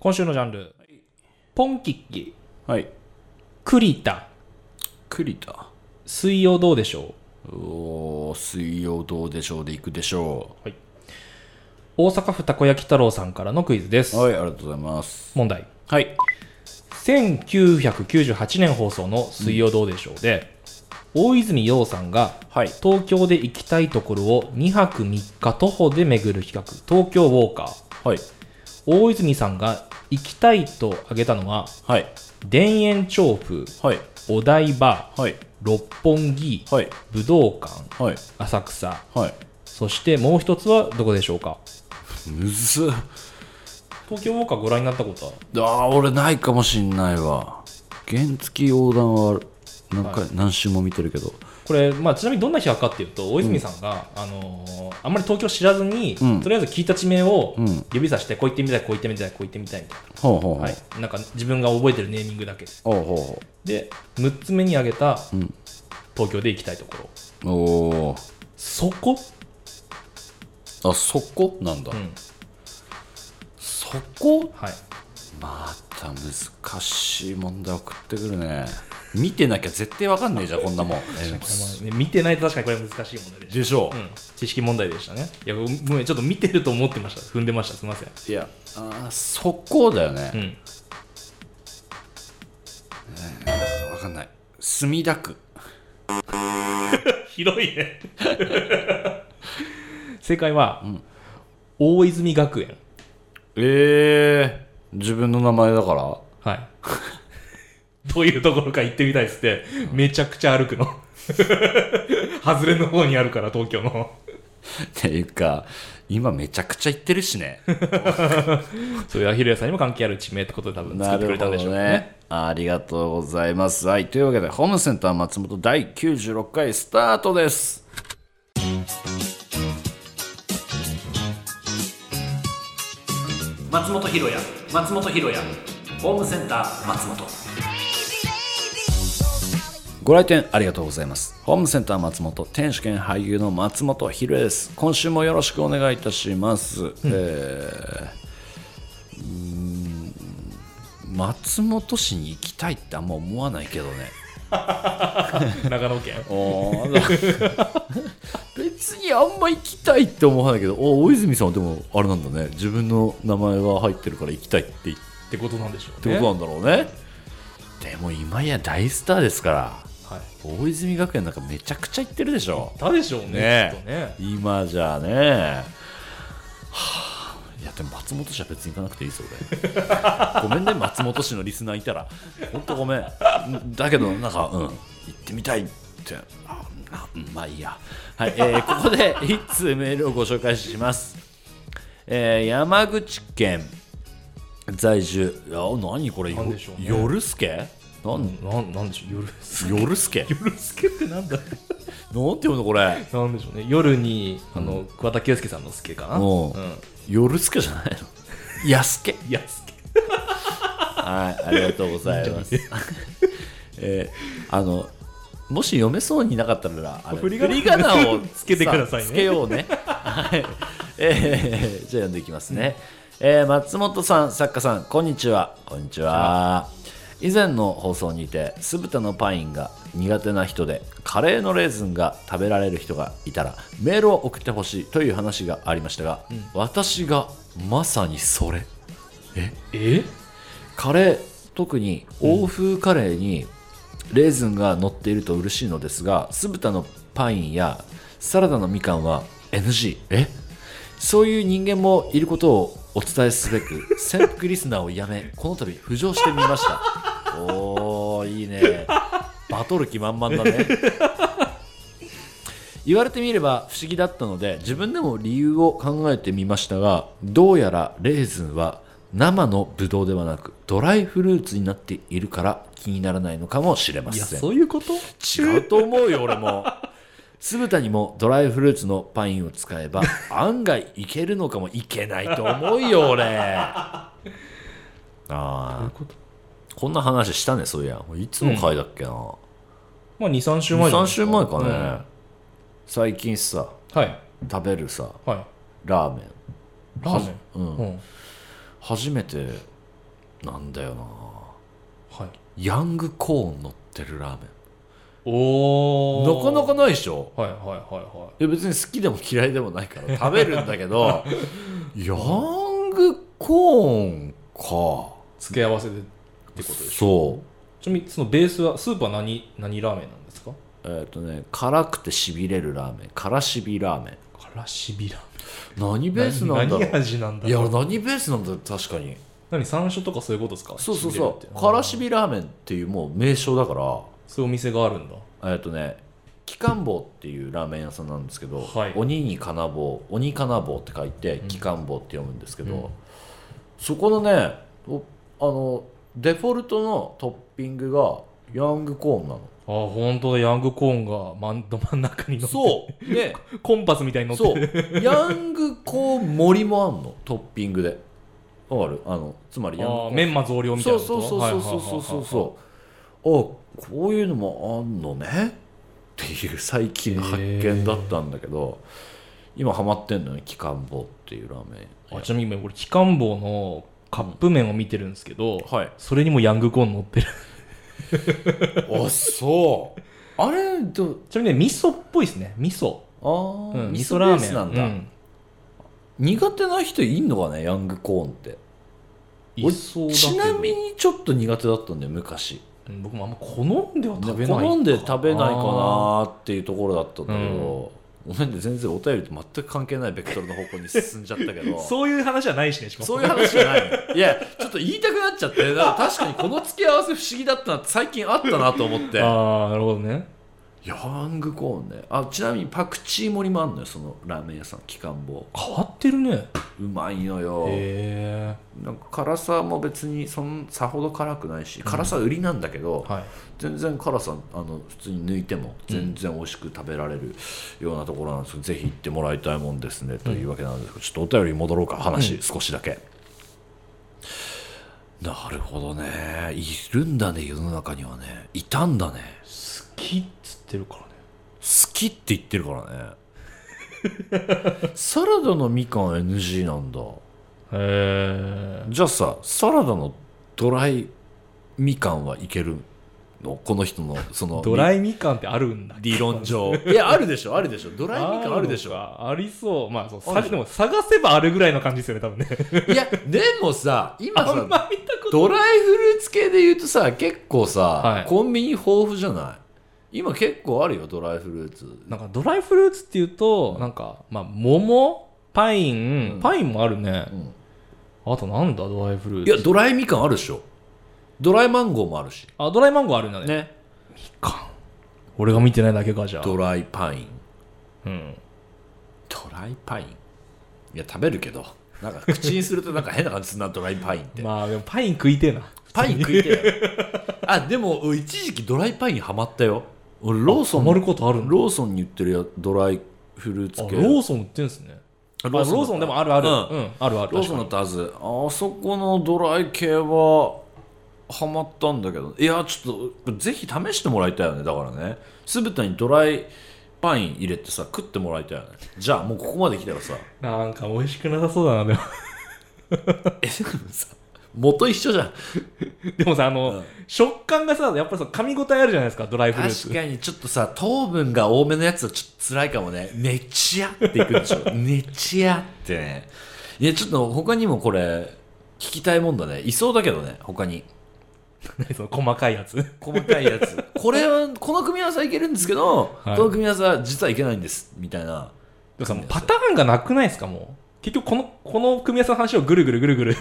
今週のジャンル、ポンキッキ、はい。栗田、栗田。水曜どうでしょおー、水曜どうでしょうで行くでしょう。はい、大阪府たこ焼き太郎さんからのクイズです。う。はい、ありがとうございます。問題。はい。 1998年放送の「水曜どうでしょうで」大泉洋さんがはい東京で行きたいところを2泊3日徒歩で巡る企画「東京ウォーカーはい。」大泉さんが行きたいと挙げたのははい。田園調布はい。お台場はい。六本木、はい。武道館はい。浅草はい。そしてもう一つはどこでしょうかむずっ。東京ウォーカーご覧になったことはあー、俺ないかもしんないわ。原付横断は何回、何週も見てるけど。これ、まあ、ちなみにどんな企画かっていうと大泉さんが、あのーあんまり東京知らずに、んとりあえず聞いた地名をん指さして、こう言ってみたいこう言ってみたいこう言ってみたいみたいほうほうほう。な,、はい、なんか自分が覚えてるネーミングだけほうほで6つ目に挙げた、ん東京で行きたいところうほう。おー。そこ、あ、そこなんだ。うんそこはい、また難しい問題送ってくるね見てなきゃ絶対わかんねえじゃんこんなもんこれもね見てないと確かにこれは難しい問題でしでしょた、うん、知識問題でしたねいやごごめんちょっと見てると思ってました踏んでましたすいませんいやあーそこだようねんわかんない墨田区広いね正解は、大泉学園ええ自分の名前だから はい。 どういうところか行ってみたいっつって、めちゃくちゃ歩くの。 外れの方にあるから、東京の。っていうか今めちゃくちゃ言ってるしねそういうアヒル屋さんにも関係ある地名ってことで多分 作ってくれたんでしょうね。ありがとうございますはいというわけでホームセンター松本第96回スタートです松本ひろや松本ひろやホームセンター松本ご来店ありがとうございます。ホームセンター松本、天主兼俳優の松本ひろです。今週もよろしくお願いいたします。えーうーん松本市に行きたいってあんま思わないけどね。長野県。 別にあんま行きたいって思わないけど、お大泉さんはでもあれなんだね。自分の名前が入ってるから行きたいって言っってことなんでしょうてね。ことなんだろうね。でも今や大スターですから。はい。大泉学園なんかめちゃくちゃ行ってるでしょ。だでしょうね、ねきっとね。今じゃあねはあいやでも松本市は別に行かなくていいそうで ごめんね松本市のリスナーいたら本当ごめんだけどなんかうん行ってみたいってあなうんまあいいやはい、えーここで1通メールをご紹介します、えー山口県在住あ何これなんでしょうねよるすけなんなんなんでしょう、夜す。よるすけなんて夜すけってなんだ読むのこれなんでしょうね。夜に、あの、桑田佳祐さんのすけかな。おううん。よるすけじ ゃないのやすけいや、すけ。はい、ありがとうございます。えーあの、もし読めそうになかったら、あの振り仮名をつけてくださいねさつけようね。はい。えーじゃあ読んでいきますね。えー松本さん、作家さん、こんにちは。こんにちは。以前の放送にて酢豚のパインが苦手な人でカレーのレーズンが食べられる人がいたらメールを送ってほしいという話がありましたが、私がまさにそれえカレー特に欧風カレーにレーズンが乗っていると嬉しいのですが酢豚のパインやサラダのみかんは NG えそういう人間もいることをお伝えすべく 潜伏リスナーをやめこの度浮上してみましたおーいいねバトル気満々だね言われてみれば不思議だったので自分でも理由を考えてみましたがどうやらレーズンは生のブドウではなくドライフルーツになっているから気にならないのかもしれまいや、せんそういうこと違うと思うよ俺も酢豚にもドライフルーツのパインを使 えば案外いけるのかもいけないと思うよ俺あどういうあことこんな話したねそういやいつの回だっけな、まあ、2、3週前じゃない3です週前かね、うん最近さはい。食べるさはラーメンい。ラーメン。うんうん。初めてなんだよなはいヤングコーン乗ってるラーメおンなおかなかないでしょはいはいはいはいや別に好きでも嫌いでもないから食べるんだ けどヤングコーンか付け合わせでってことでしょそうちなみにそのベースはスープは何何ラーメンなんですかえっ、とね辛くてしびれるラーメン辛しびラーメンからしびラーメ何ベンースなんだろ何う味なんだいやろう何ベースなんだろう確かに何山椒とかそういうことですかそうそうしびれるっそてう辛しびラーメンっていうもう名称だからそういうお店があるんだえっとねきかんぼうっていうラーメン屋さんなんですけど、はい鬼に金棒鬼金棒って書いてうんきかんぼうって読むんですけど、うんそこのねおあのデフォルトのトッピングがヤングコーンなのあー本当だヤングコーンが真んど真ん中に乗ってそ うでうコンパスみたいに乗ってそるうヤングコーン盛りもあんのトッピングでわかるあのつまりヤングコあーーンメンマ増量みたいそなうそうそうそうそうそうそうそうおこういうのもあんのねっていう最近の発見だったんだけど今ハマってんのにきかんぼうっていうラーメンうちなみに今俺きかんぼうのカップ麺を見てるんですけど、はいそれにもヤングコーン乗って るあそうあれどちなみにね味噌っぽいですね味噌、あー、うん、味味噌噌ララーーメメンンなんだ、うん苦手な人いんのかねヤングコーンっていそうだけどちなみにちょっと苦手だったんだよ昔うん僕もあんま好んでは食べない好んで食べないかなーっていうところだったんだけど、ごめんね全然お便りと全く関係ないベクトルの方向に進んじゃったけ どそういう話じゃないしねしかもそういう話じゃないのいやちょっと言いたくなっちゃってだから確かにこの付き合わせ不思議だったなって最近あったなと思っ てああなるほどねヤングコーンねあちなみにパクチー盛りもあんのよそのラーメン屋さんきかんぼ変わってるねううまいのよ、へえなんか辛さも別にそんさほど辛くないし辛さ売りなんだけど、はい全然辛さあの普通に抜いても全然美味しく食べられるようなところなんですけど、ぜひ行ってもらいたいもんですね、というわけなんですけどちょっとお便りに戻ろうか話、少しだけなるほどねいるんだね世の中にはねいたんだね好きっつってるからね好きって言ってるからね サラダのみかん NG なんだへえじゃあさサラダのドライみかんはいけるのこの人のそのドライみかんってあるんだ理論上 いやあるでしょあるでしょドライみかんあるでしょあありそうまあそうあさるでしょでも探せばあるぐらいの感じですよね多分ねいやでもさ 今あさんま見たことドライフルーツ系で言うとさ結構さ、はいコンビニ豊富じゃない今結構あるよドライフルーツなんかドライフルーツっていうとなんかまあ桃パイン、うんパインもあるねう、んあとなんだドライフルーいツやドライみかんあるでしょドライマンゴーもあるしあドライマンゴーあるんだねねみかん俺が見てないだけかじゃあドライパインうんドライパインいや食べるけどなんか口にするとなんか変な感じするなドライパインって、まあでもパイン食いてえなパイン食いてえよあでも俺一時期ドライパインにハマったよ俺ローソン止まることあるんだローソンに売ってるやドライフルーあツロ系ーソン売ってんすねあローソンでもあるある、ううんんあるあるローソンだったはずあそこのドライ系はハマったんだけどいやちょっとぜひ試してもらいたいよねだからね酢豚にドライパイン入れてさ食ってもらいたいよねじゃあもうここまで来た らさ確かになんか美味しくなさそうだなでも えでもさ元一緒じゃんでもさあの、食感がさやっぱりさ噛み応えあるじゃないですかドライフルーツ確かにちょっとさ糖分が多めのやつはちょっと辛いかもねねちゃっていくで しょねちゃってねいやちょっと他にもこれ聞きたいもんだねいそうだけどね他に何その細かいやつ細かいやつ これはこの組み合わせはいけるんですけど、はいこの組み合わせは実はいけないんですみたいなでもさもうパターンがなくないですかもう結局このこの組み合わせの話をぐるぐるぐるぐる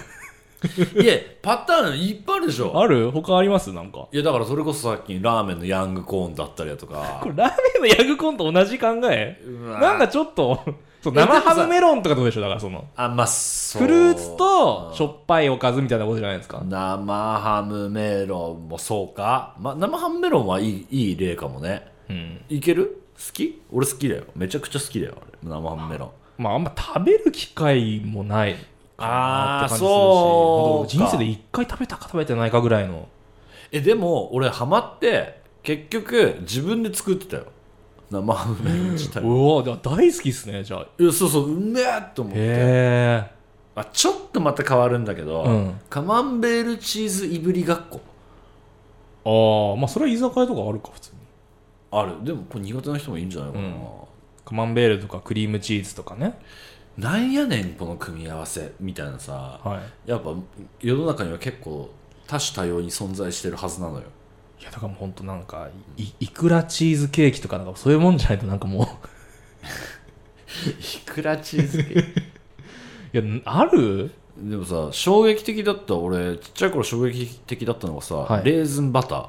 いやパターンいっぱいあるでしょ ある他ありますなんかいやだからそれこそさっきラーメンのヤングコーンだったりだとかこれラーメンのヤングコーンと同じ考えうわなんかちょっとそういやでも生さハムメロンとかどうでしょうだからそのあまあそうフルーツとしうょっぱいおかずみたいなことじゃないですかん生ハムメロンもそうか、まあ、生ハムメロンはいいいい例かもねうんいける好き俺好きだよめちゃくちゃ好きだよあれ生ハムメロンまあ、あんま食べる機会もないかなって感じするしあーそうか人生で一回食べたか食べてないかぐらいのえでも俺ハマって結局自分で作ってたよ生ハムメロン自体うわだ大好きっすねじゃあいやそうそううめえと思ってへえまあ、ちょっとまた変わるんだけど、うんカマンベールチーズいぶりがっこああまあそれは居酒屋とかあるか普通にあるでもこれ苦手な人もいるんじゃないかな、うんカマンベールとかクリームチーズとかねなんやねんこの組み合わせみたいなさはいやっぱ世の中には結構多種多様に存在してるはずなのよいやだからもうほんとなんかいいくらチーズケーキとかなんかそういうもんじゃないとなんかもういくらチーズケーキいやある でもさ衝撃的だった俺ちっちゃい頃衝撃的だったのがさ、はいレーズンバターあ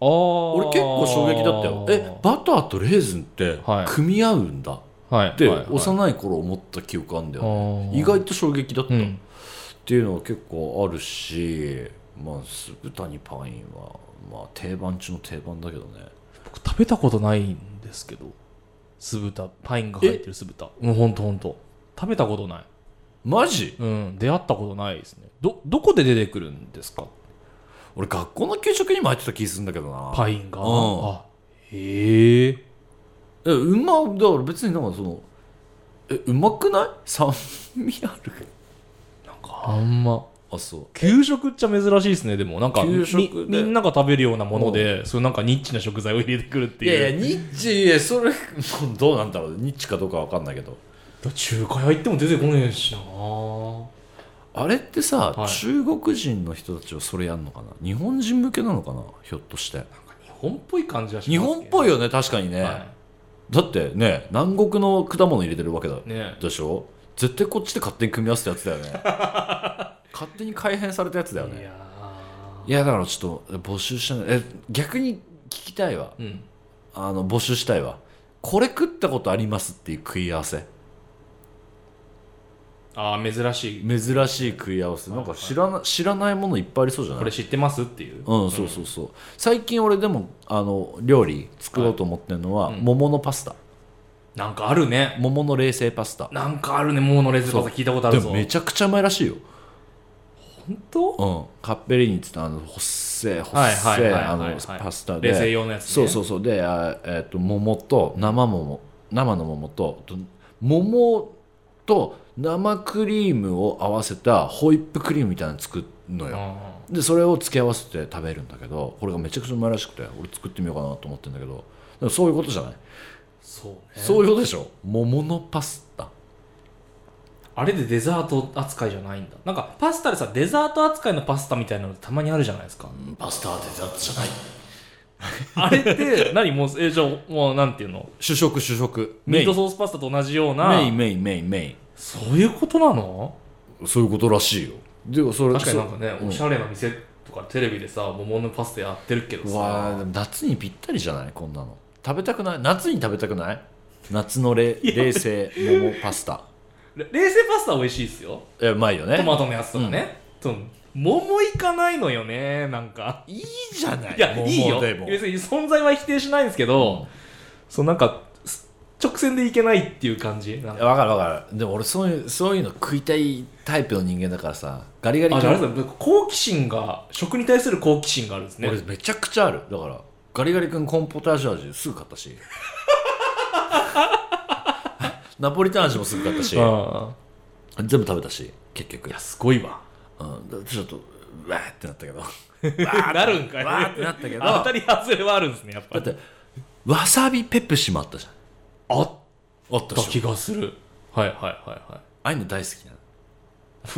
あ俺結構衝撃だったよえバターとレーズンってはい組み合うんだはいってはいはい幼い頃思った記憶あんだよね、あー意外と衝撃だった、うっんていうのは結構あるしまあ酢豚にパインはまあ定番中の定番だけどね僕食べたことないんですけど酢豚パインが入ってる酢豚うんほんとほんと食べたことないマジうん出会ったことないですねどどこで出てくるんですか俺学校の給食にも入ってた気するんだけどなパインがうんあへええうまだから別になんかそのえうまくない酸味あるあんまあそう給食っちゃ珍しいですねでもなんか給食でみみんなが食べるようなものでそういうなんかニッチな食材を入れてくるっていいうやいやニッチいやそれどうなんだろうニッチかどうかわかんないけど中華屋行っても出てこねえしなあれってさ、はい中国人の人たちはそれやんのかな日本人向けなのかなひょっとして日本っぽい感じがします日本っぽいよよね確かにね、はだってね南国の果物入れてるわけだいねでしょ絶対こっちで勝手に組み合わせたやつだよね 勝手に改変されたやつだよいねやいやだからちょっと募集したいえ逆に聞きたいわーうんあの募集したいわこれ食ったことありますっていう食い合わせああ珍しい珍しい食い合わせなんか知らな知らないものいっぱいありそうじゃなこいれ知ってますっていううん、そうそうそう最近俺でもあの料理作ろうと思ってるのは、はいうん桃のパスタなんかあるね桃の冷製パスタなんかあるねもうのレズパス聞いたことあでるぞもめちゃくちゃうまいらしいよ、本当うん、カッペリーニっつってあの細はいい細はいいはいはいあのはいパスタで冷製用のやつねそうそうそうであ、えっと桃と生桃生の桃とと桃と生クリームを合わせたホイップクリームみたいなの作るのよあでそれを付け合わせて食べるんだけどこれがめちゃくちゃうまいらしくて俺作ってみようかなと思ってんだけどでもそういうことじゃないーそうねそういうことでしょ桃のパスタあれでデザート扱いじゃないんだなんかパスタでさデザート扱いのパスタみたいなのたまにあるじゃない ですかパスタはデザートじゃないあれって何もうえじゃあもうなんていうの主食主食ミメーイントソースパスタと同じようなメインメインメインメイそういうことなのンそういうことらしいよでもそれ確かになんかね、そうおしゃれな店とかテレビでさ桃のパスタやってるけどうんうわーでさも夏にぴったりじゃないこんなの食べたくない夏に食べたくない夏のれ冷製桃パスタれ冷製パスタは美味しいですよえうまいよトねマトのやつとかね、その桃いかないのよねなんかいいじゃないいや桃いいよでも別に存在は否定しないんですけど、そのなんかす直線でいけないっていう感じなんかわかるわかるでも俺そういうそういうの食いたいタイプの人間だからさガリガリあ君じゃああれですね好奇心が食に対する好奇心があるんですね俺めちゃくちゃあるだからガリガリ君コーンポタージュ味すぐ買っ たしナポリタン味もすぐ買ったしあ全部食べたし結局いやすごいわうん、だちょっとうわーってなったけど わなるんかいーってなったけど当ただり外れはあるんですねやっぱっりてわさびペプシもあったじゃあっんあったたでし気ょがするはいはいはいはああいうの大好きな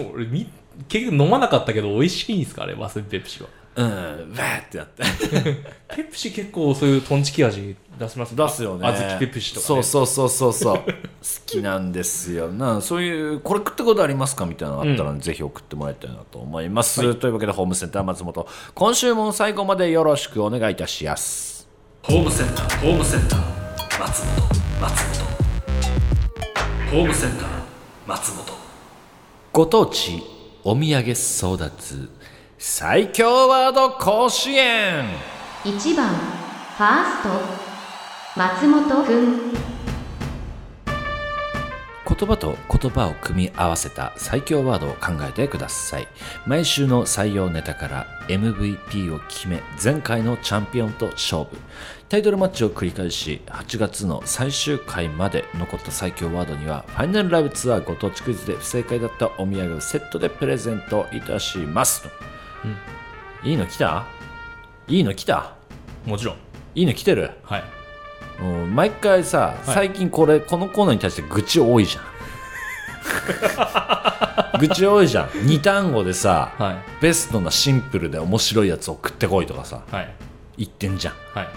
いもう俺み結局飲まなかったけど美味しいんですかあれワセペプシはのうんうわーってなってペプシ結構そういうトンチキ味出します出すよね小豆ペプシとか、ね、そうそうそうそうそう 好きなんですよなそういうこれ食ったことありますかみたいなのあったら、ぜひ送ってもらいたいなと思います、というわけでホームセンター松本今週も最後までよろしくお願いいたしますホームセンターホームセンター松本松本ホームセンター松本ご当地お土産争奪最強ワード甲子園1番ファースト松本君今言葉と言葉を組み合わせた最強ワードを考えてください毎週の採用ネタから MVP を決め前回のチャンピオンと勝負タイトルマッチを繰り返し8月の最終回まで残った最強ワードにはファイナルライブツアーご当地クイズで不正解だったお土産をセットでプレゼントいたしますと、いいの来たいいの来たもちろんいいの来てるはいもう毎回さ、最近これこのコーナーに対して愚痴多いじゃん愚痴多いじゃん2単語でさ、はベストなシンプルで面白いやつ送ってこいとかさいはい言ってんじゃんはい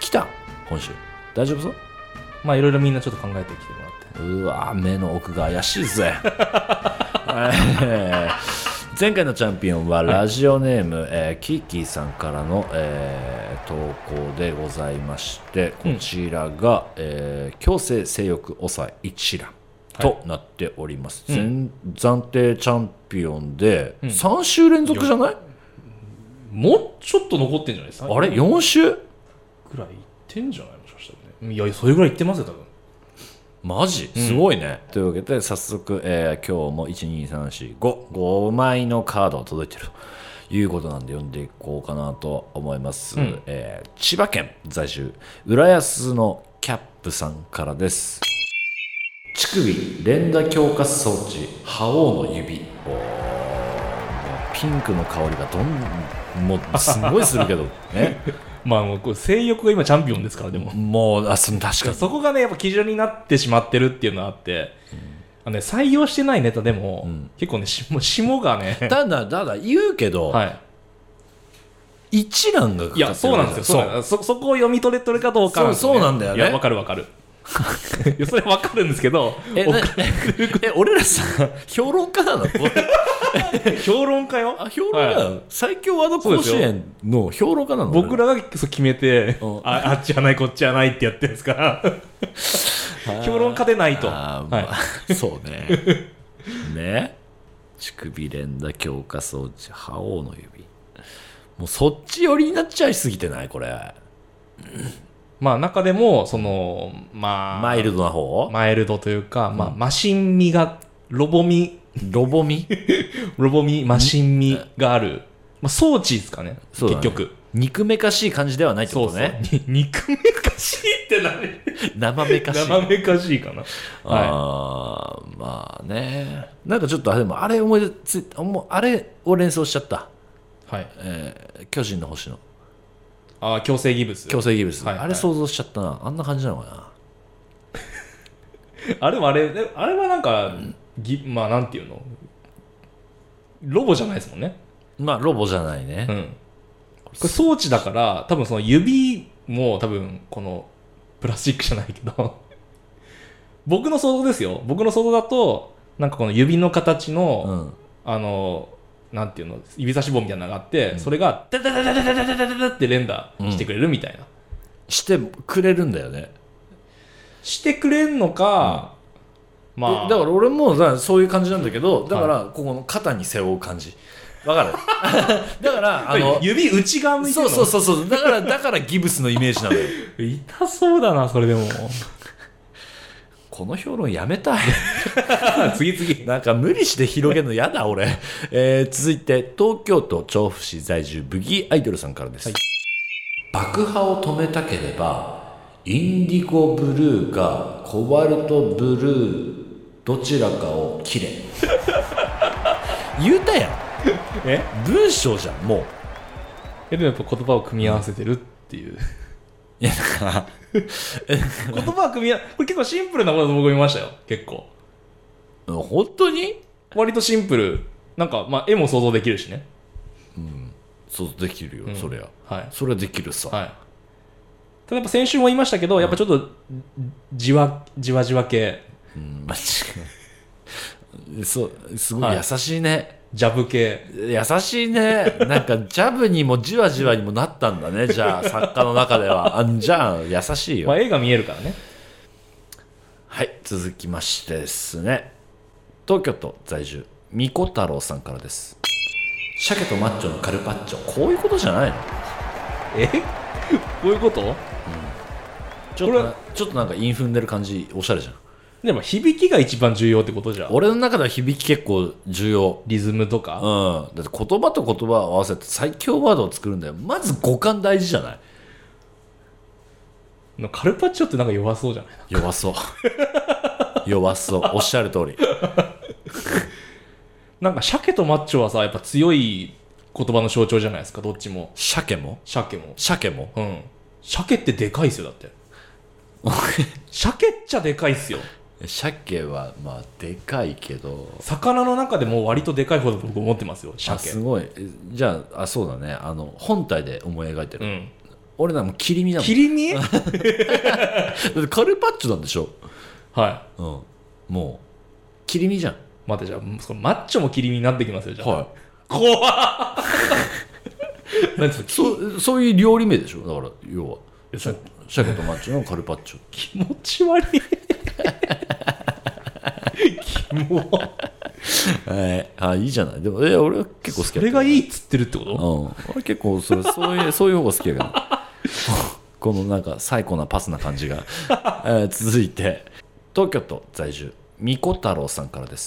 来た今週大丈夫そうまあいろいろみんなちょっと考えてきてもらってうわ目の奥が怪しいぜ えー前回のチャンピオンはラジオネーム、えーキーキーさんからの、えー投稿でございましてこちらが、えー強制性欲抑え一覧となっております、前暫定チャンピオンで3週連続じゃない、もうちょっと残ってんじゃないですかあれ4週ぐらいいってんじゃないもしかしたらねいやそれぐらいいってますよ多分マジすごいね、というわけで早速、えー今日も12345枚のカードが届いてるということなんで読んでいこうかなと思います、えー千葉県在住浦安のキャップさんからです乳首連打強化装置覇王の指おーピンクの香りがどんもうすごいするけど ねまあもうこれ性欲が今チャンピオンですからでももうあその確かにそこがねやっぱ基準になってしまってるっていうのがあって、あのね、採用してないネタでも、結構ねしもう霜がねただただ言うけど、はい一覧がかかってるいや、そうなんですよ。そうそうなんですそそこを読み取れとるかどうかですよそうそうなんだよねいや、わかるわかる。 いやそれわかるんですけど、えな え俺らさ評論 家なの評論家よあ。評論家なの、最強ワード甲子園の評論家なの僕ららがそう決めてうん、ああっちじゃない、こっちじゃないってやってるんですから、評論家でないと。あー、はいまあ、そ うねね乳首連打強化装置覇王の指もうそっち寄りになっちゃいすぎてないこれまあ、中でも、その、まあ、マイルドな方、マイルドというか、まあ、マシン味が、ロボ味、ロボミ ロボ味、マシン味がある、まあ、装置ですかね、そうだ結ね局。肉めかしい感じではないってそこうとそうね。に 肉めかしいって何生めかしい生めかしいかな。はい。あーまあねなんかちょっとあでもあれ思い出ついもうあれを連想しちゃった、はい、えー巨人の星のあ強制ギブス強制ギブス、はいはいあれ想像しちゃったなあんな感じなのかなあれはあれえあれはなんか、ぎまあなんていうのロボじゃないですもんね、まあロボじゃないね、うん、これ装置だから多分その指も多分このプラスチックじゃないけど 僕の想像ですよ僕の想像だとなんかこの指の形の、うんあのなんていうの指差し棒みたいなのがあって、それがダダダダダダダダダダって連打してくれるみたいな、してくれるんだよねしてくれんのか、まあでだから俺もだからそういう感じなんだけどだからここの肩に背負う感じわかる だから あの指内側向いてるそうのそうそうそうだからだからギブスのイメージなのよ痛そうだなそれでもこの評論やめたい 次々なんか無理して広げるの嫌だ俺、えー続いて東京都調布市在住ブギーアイドルさんからです、爆破を止めたければインディゴブルーかコバルトブルーどちらかを切れ 言うたやんえ文章じゃんもうえでもやっぱ言葉を組み合わせてるって いういやだから言葉を組み合わこれ結構シンプルなものだと僕見ましたよ結構うん本当に割とシンプルなんかまあ絵も想像できるしねそうできるよ、そりゃはいそれはできるさ、はいただやっぱ先週も言いましたけど、やっぱちょっとじわじわじわ系うん間違い そうすごい優しいね、ジャブ系優しいね。なんか、ジャブにもじわじわにもなったんだね。じゃあ、作家の中では。あじゃあ、優しいよ。まあ絵が見えるからねはい、続きましてですね。東京都在住、みこ太郎さんからです。鮭とマッチョのカルパッチョ。こういうことじゃないのえ こういうことちょっこれと、ちょっとなんか、インフンでる感じ、おしゃれじゃん。でも響きが一番重要ってことじゃん。俺の中では響き結構重要リズムとうかん、。だって言葉と言葉を合わせて最強ワードを作るんだよまず五感大事じゃないのカルパッチョってなんか弱そうじゃない弱そう弱そうおっしゃる通りなんか鮭とマッチョはさ、やっぱ強い言葉の象徴じゃないですか、どっちも。鮭も鮭も。鮭もうん。鮭ってでかいっすよ、だ って。鮭っちゃでかいっすよ。鮭はまあでかいけど魚の中でも割とでかいほど僕思ってますよ、あ鮭。すごいえじゃああそうだねあの本体で思い描いてうる、ん。俺なんかもう切り身だもん切り 身はい。だってカルパッチョなんでしょ、うん、もう切り身じゃん待って、じゃあ、そのマッチョも切り身になってきますよ、じゃあ。はい怖っ 何それそうそういう料理名でしょだから要 はそれ鮭とマッチョのカルパッチョ気持ち悪い。キモ。はいあいいじゃないでもえ俺は結構好きそだれがいいいっつってるってこうんと俺結構 それそういうそういう方が好きやけど このなんか最高なパスな感じが、えー続いて東京都在住みこ太郎さんからです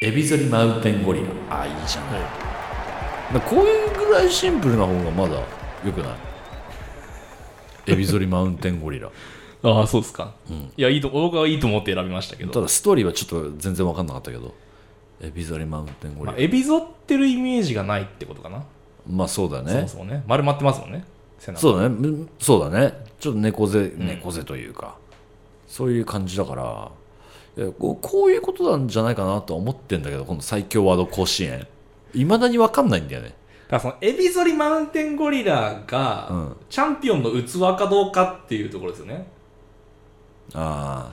エビゾリマウンテンゴリラあいいじゃない、だからこういうぐらいシンプルな方がまだよくないエビゾリマウンテンゴ リラああ、そうですか。いや、いいと、僕はいいと思って選びましたけたど。だストーリーはちょっと全然分かんなかったけどエビゾリマウンテンゴリまあ、ラエビゾってるイメージがないってことかな。まあそうだそもねそもね。丸まってますもんね。背中。そうだねうんそうだねちょっと猫背猫背というか、そういう感じだからいやこうこういうことなんじゃないかなとは思ってんだけどこの最強ワード甲子園いまだに分かんないんだよねだからその、エビゾリマウンテンゴリラが、うんチャンピオンの器かどうかっていうところですよね。ああ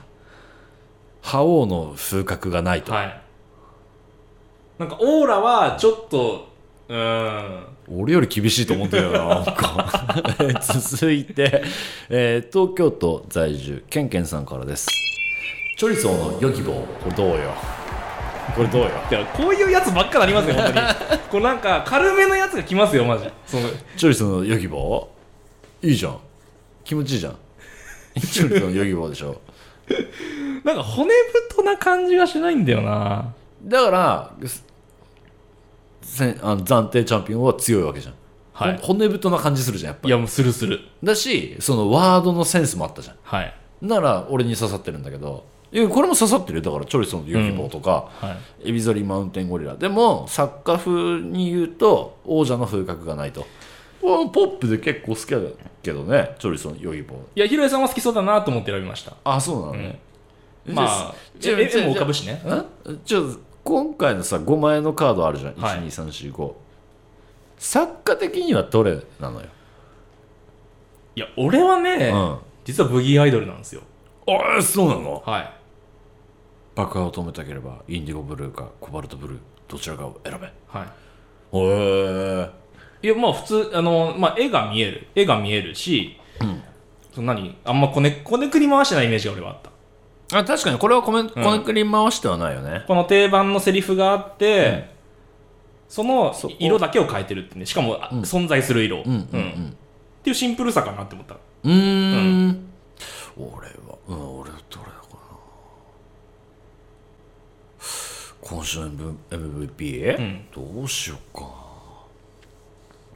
覇王の風格がないと、はい。なんか、オーラは、ちょっと、うーん。俺より厳しいと思うんだよななんか 続いて、えー東京都在住ケンケンさんからですチョリソーのヨギボーこれどうよこれどうよいや、こういうやつばっかなりますよ、本当に。 こうなんか、軽めのやつが来ますよ、マジ。その、チョリソーのヨギボーいいじゃん気持ちいいじゃんチョリソーのヨギボーでしょなんか骨太な感じがしないんだよな。だからすせんあの暫定チャンピオンは強いわけじゃん、はいほ骨太な感じするじゃんやっいぱりや、もうするする。だしそのワードのセンスもあったじゃんはい。なら俺に刺さってるんだけどいやこれも刺さってるよだからチョリソンのユキボーとか、はい。エビゾリマウンテンゴリラでも作家風に言うと王者の風格がないとうんポップで結構好きだけどねチョリソンヨギボーいや、ヒロエさんは好きそうだなと思って選びました。あそうなのね、まあ、じ絵ゃあじゃあも浮かぶしね。んじゃあ今回のさ5枚のカードあるじゃん、はい12345作家的にはどれなのよ、いや、俺はね、うん実はブギーアイドルなんですよ。ああそうなのはい。爆破を止めたければインディゴブルーかコバルトブルーどちらかを選べはへえい。いや、まあ、普通、あの、まあ、絵が見える。絵が見えるし、その何あんまこね、こねくり回してないイメージが俺はあった。あ確かにこれはコメン、んこねくり回してはないよねこの定番のセリフがあって、そのそこ色だけを変えてるってね。しかも、あ存在する色。うんうんううんっんていうシンプルさかなって思った。うーん俺はうん俺はどれだかな今週の M- MVP、どうしようか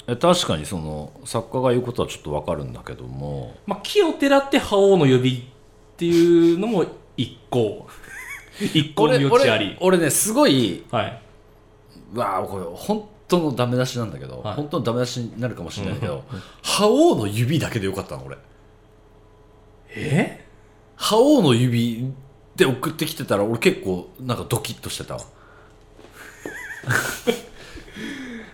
なえ確かにその作家が言うことはちょっとわかるんだけどもまあ、木をてらって覇王の指っていうのも一 個一個の俺余地あり俺俺ねすごいはい、わあこれ本当のダメ出しなんだけど、はい本当のダメ出しになるかもしれないけど、覇王の指だけでよかったの俺え覇王の指で送ってきてたら俺結構なんかドキッとしてたわ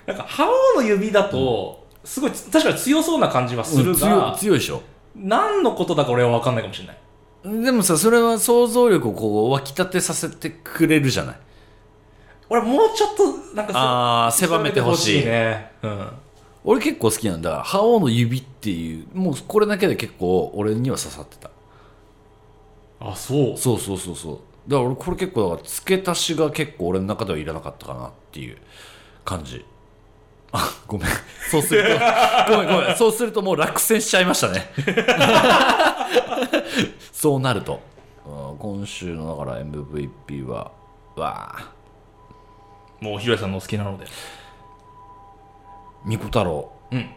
なんか覇王の指だとすごい確かに強そうな感じはする強がい、強いでしょ何のことだか俺は分かんないかもしれないでもさそれは想像力をこう湧き立てさせてくれるじゃない俺もうちょっとなんかそうあー狭めてほしい狭めてほしいね、俺結構好きなんだ覇王の指っていうもうこれだけで結構俺には刺さってたうん、あそうそうそうそうそうだから俺これ結構だから付け足しが結構俺の中ではいらなかったかなっていう感じあごめんそうする とごめんごめんそうする ともう落選しちゃいましたねそうなると、うん今週のだから MVP はわあもうひろやさんのお好きなのでミコ太郎うん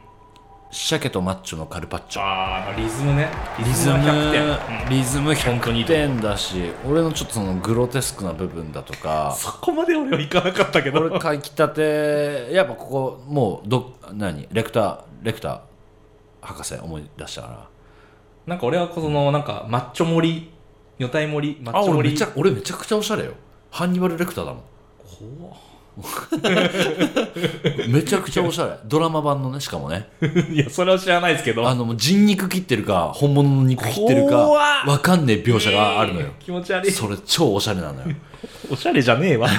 鮭とマッチョのカルパッチョあーリズムねリズムが100点、うんリズム本当にいいと思う100点だし俺のちょっとそのグロテスクな部分だとかそこまで俺はいかなかったけどこれ書きたてやっぱここもうど何レクターレクター博士思い出したかなんか俺はこのなんかマッチョ盛り女体盛りマらッあチョ俺盛めりちゃ俺めちゃくちゃおしゃれよハンニバルレクターだもん怖っめちゃくちゃおしゃれドラマ版のねしかもね いやそれは知らないですけどあのもう人肉切ってるか本物の肉切ってるか怖っわかんねえ描写があるのよえー気持ち悪い それ超おしゃれなのよおしゃれじゃねえわ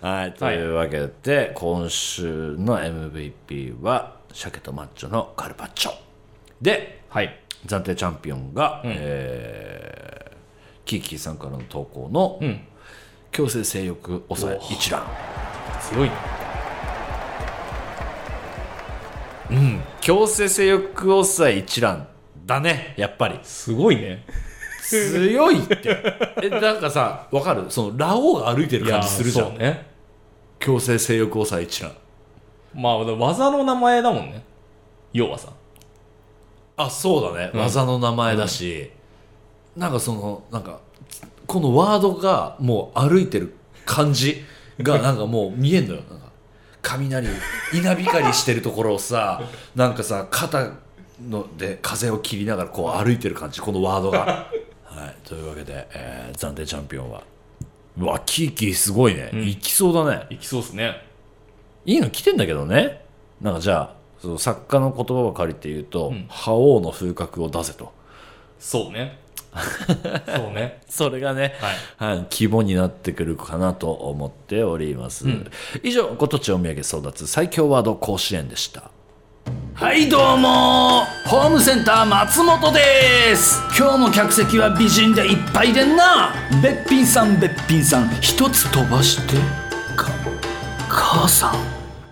はいというわけで、今週の MVP は鮭とマッチョのカルパッチョで はい暫定チャンピオンが、えーキーキーさんからの投稿の、うん強制性欲抑え一覧強いね強制性欲抑え一覧だねやっぱりすごいね強いって えなんかさわかるそのラオウが歩いてるいや感じするじゃそうんね強制性欲抑え一覧まあ技の名前だもんね要はさあそうだね、うん技の名前だし、なんかそのなんかこのワードがもう歩いてる感じ がなんかもう見えんのよなんか雷稲光してるところをさなんかさ肩ので風を切りながらこう歩いてる感じこのワー ドが。はい、というわけで、えー暫定チャンピオンはうわキーキーすごいね、んいきそうだねいきそうっすねいいの来てんだけどねなんかじゃあその作家の言葉を借りて言うと、ん覇王の風格を出せとそう ねそうねそれがね、はいはい、肝になってくるかなと思っております、以上ご当地お土産争奪最強ワード甲子園でしたはいどうもホームセンター松本です今日も客席は美人でいっぱいでんなべっぴんさんべっぴんさん一つ飛ばしてか母さん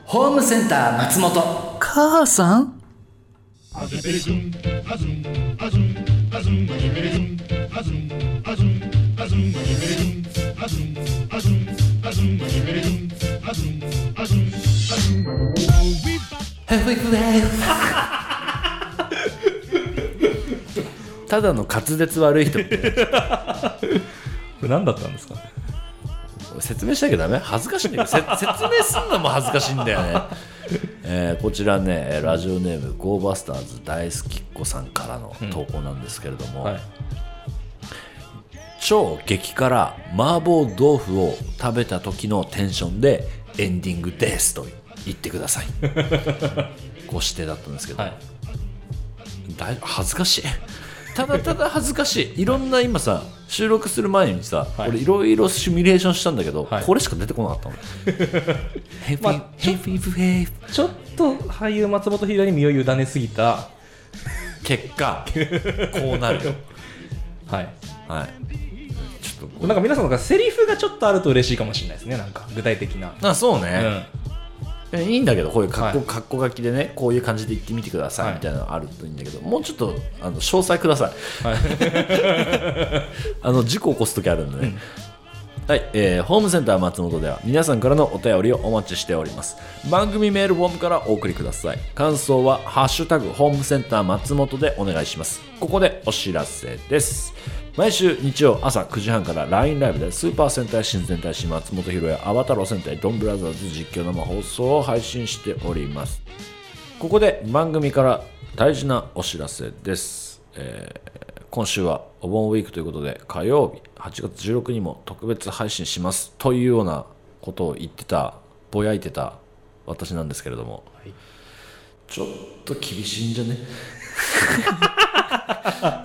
ホームセンター松本母さん Azum, azum, azum, azum, azum, azum, azum, azum, azum, azum, azum, azum, azum, azum. ただの滑舌悪い人これ何だったんですか説明しなきゃダメ恥ずかしいんだよせ説明すんのも恥ずかしいんだよね、えーこちらねえーラジオネームゴーバスターズ大好きっ子さんからの投稿なんですけれども、はい超激辛麻婆豆腐を食べた時のテンションでエンディングですと言ってくだ さいご指定だったんですけど、はいだい恥ずかしいただただ恥ずかしいいろんな今さ収録する前にさ、はい俺いろいろシミュレーションしたんだけど、はいこれしか出てこな かったのヘイフまィあヘイフィフヘイフちょっと俳優松本ひらに身を委ねすぎた結果こうなるよはいはいちょっとこなんか皆さんなんかセリフがちょっとあると嬉しいかもしれないですねなんか具体的なうあそううね、んえいいんだけどこういう格好,、はい格好書きでねこういう感じで言ってみてくださはいいみたいなのあるといいんだけど、もうちょっとあの詳細ください、はい あの事故起こす時あるんでね、はい、えーホームセンター松本では皆さんからのお便りをお待ちしております番組メールフォームからお送りください感想は「ハッシュタグホームセンター松本」でお願いしますここでお知らせです毎週日曜朝9時半から LINE ライブでスーパー戦隊新戦隊新松本博也アバタロー戦隊ドンブラザーズ実況生放送を配信しておりますここで番組から大事なお知らせです、えー今週はお盆ウィークということで火曜日8月16日にも特別配信しますというようなことを言ってたぼやいてた私なんですけれども、ちょっと厳しいんじゃね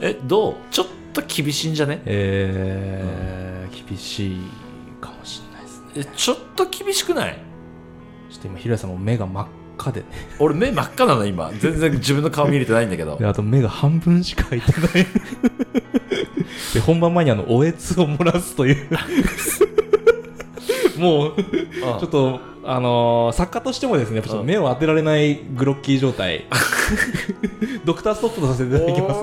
えどうちょっと厳しいんじゃねえー、厳しいかもしれないですねえちょっと厳しくないちょっと今ひろやさんも目が真っ赤でね俺目真っ赤なの今全然自分の顔見れてないんだけどであと目が半分しか開いてない で本番前にあのおえつを漏らすという もうちちょっとあのー作家としてもですねやっぱちょっと目を当てられないグロッキー状態 ドクターストップとさせていただきま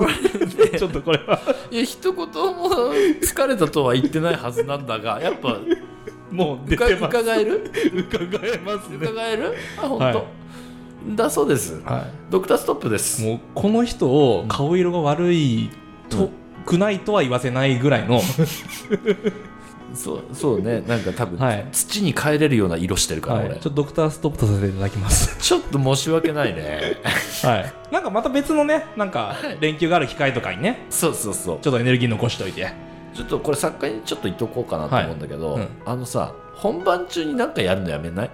す ちょっとこれはいや一言も疲れたとは言ってないはずなん だがやっぱもう出うかてます伺える伺えますね伺えるあ本当、はだそうですはドクターストップでい、すもうこの人を顔色が悪いと、うんくない とは言わせないぐらいのそうそうねなんか多分、はい土に帰れるような色してるから、はいちょ俺っとドクターストップとさせていただきますちょっと申し訳ないね はいなんかまた別のねなんかはい連休がある機会とかにねそうそうそうちょっとエネルギー残しといてちょっとこれ作家にちょっと言っとこうかなと思うんだけど、はいうんあのさ本番中になんかやるのやめない、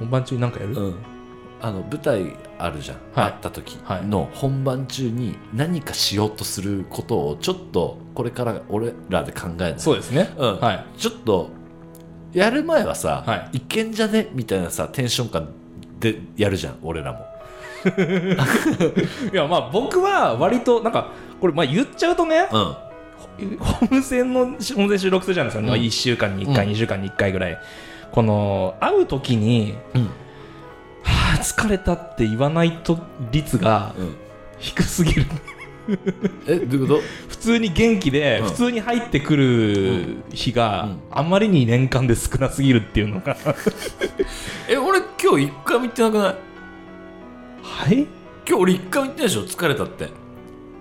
本番中になんかやる、ん、あの舞台あるじゃん、はいあった時はいの本番中に何かしようとすることをちょっとこれから俺らで考えないそうですね、うんはいちょっとやる前はさ、、はいけんじゃねみたいなさテンション感でやるじゃん俺らもいやまあ僕は割となんかこれまあ言っちゃうとね うんホーム戦のホーム戦収録するじゃないですか、うまん1週間に1回、うん2週間に1回ぐらいこの会う時にうんはあ疲れたって言わないと率がうん低すぎるえどういうこ普通に元気でうん普通に入ってくる日うがんあまりに年間で少なすぎるっていうのがとえ俺今日一回も言ってなくないはい今日俺一回も言ってないでしょ疲れたって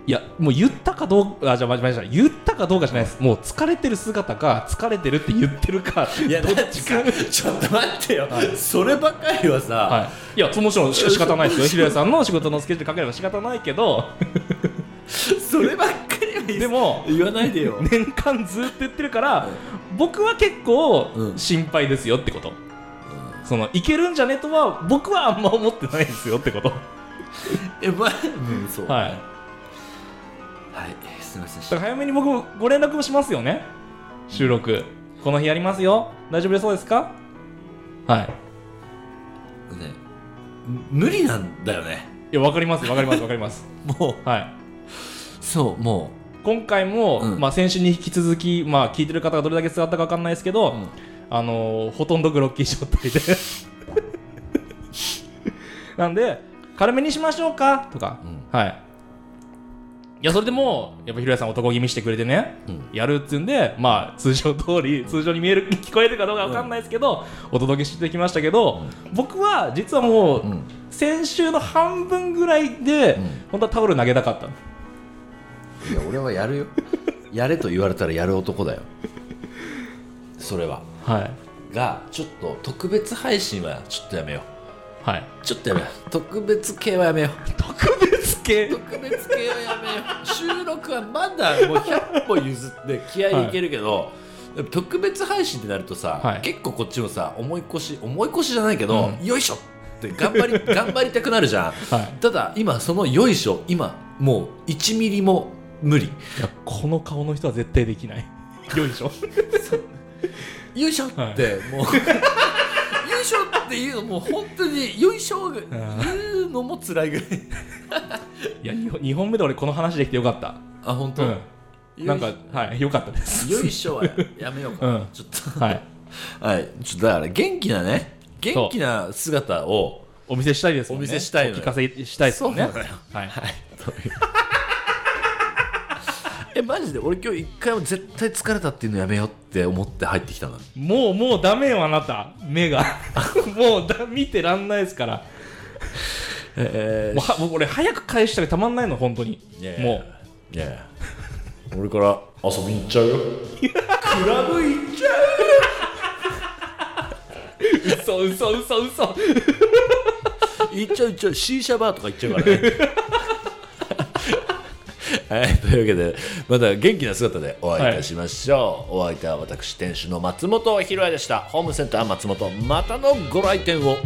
いやもう言ったかどうかあじゃあ間違えました言ったかどうかじゃないですもう疲れてる姿か疲れてるって言ってるかいや、どどっっちちかか、ちょっと待ってよ、そればかりはさ、はい、いやもちろんし仕方ないですよひろやさんの仕事のスケジュールかければ仕方ないけどそればっかりは言いでも言わないでよ。年間ずっと言ってるから僕は結構うん心配ですよってこと、そのいけるんじゃねとは僕はあんま思ってないですよってことえ、まあ、うん、そう。はいはだい、すみませんから早めに僕もご連絡もしますよね収録この日やりますよ大丈夫でそうですかはいね、無理なんだよね。いやわかりますわかりますわかります もう、はいそう、も今回も、うんまあ、先週に引き続き、まあ、聞いてる方がどれだけ伝わったかわかんないですけど、んあのーほとんどグロッキー状態で なんで軽めにしましょうかとか、うはいいやそれでもやっぱひろやさん男気見してくれてね、うんやるっつうんでまあ通常通り通常に見える 聞こえるかどうかわかんないですけど、お届けしてきましたけど、僕は実はもう、ん先週の半分ぐらいで、本当はタオル投げたかったのう、いや、俺はやるよ。やれと言われたらやる男だよ。それは。はいが、ちょっと特別配信はちょっとやめよ。はいうちょっとやめよう。特別系はやめよう。特別系特別系はやめよう収録はまだもう100歩譲って気合いいけるけど、特別配信ってなるとさ、はい結構こっちもさ思い越し思い越しじゃないけど、うよいしょって頑張り頑張りたくなるじゃん、はいただ今そのよいしょ今もう1ミリも無理いやこの顔の人は絶対できないよいしょよいしょって、はいもうよいしょっていうのもう本当によいしょが言うのも辛いぐらいいや2本目で俺この話できてよかった あ本当、うんなんかよはいよかったですいよいしょはやめようか、うんちょっとはいはい、ちょっとだから元気なね元気な姿をお見せしたいですもんねお見せしたいのおよ聞かせしたいですもんねそうなのよはいはいというえマジで俺今日一回も絶対疲れたっていうのやめようって思って入ってきたのもうもうダメよあなた目 がもうだ見てらんないですからえもうはもう俺早く返したらたまんないの本当にいやいやもー、いやいや俺から遊びに行っちゃうよクラブ行っちゃうう嘘嘘嘘嘘行っちゃう行っちゃうシーシャバーとか行っちゃうからねはい、というわけでまた元気な姿でお会いいたしましょう、お相手は私店主の松本ひろやでしたホームセンター松本またのご来店を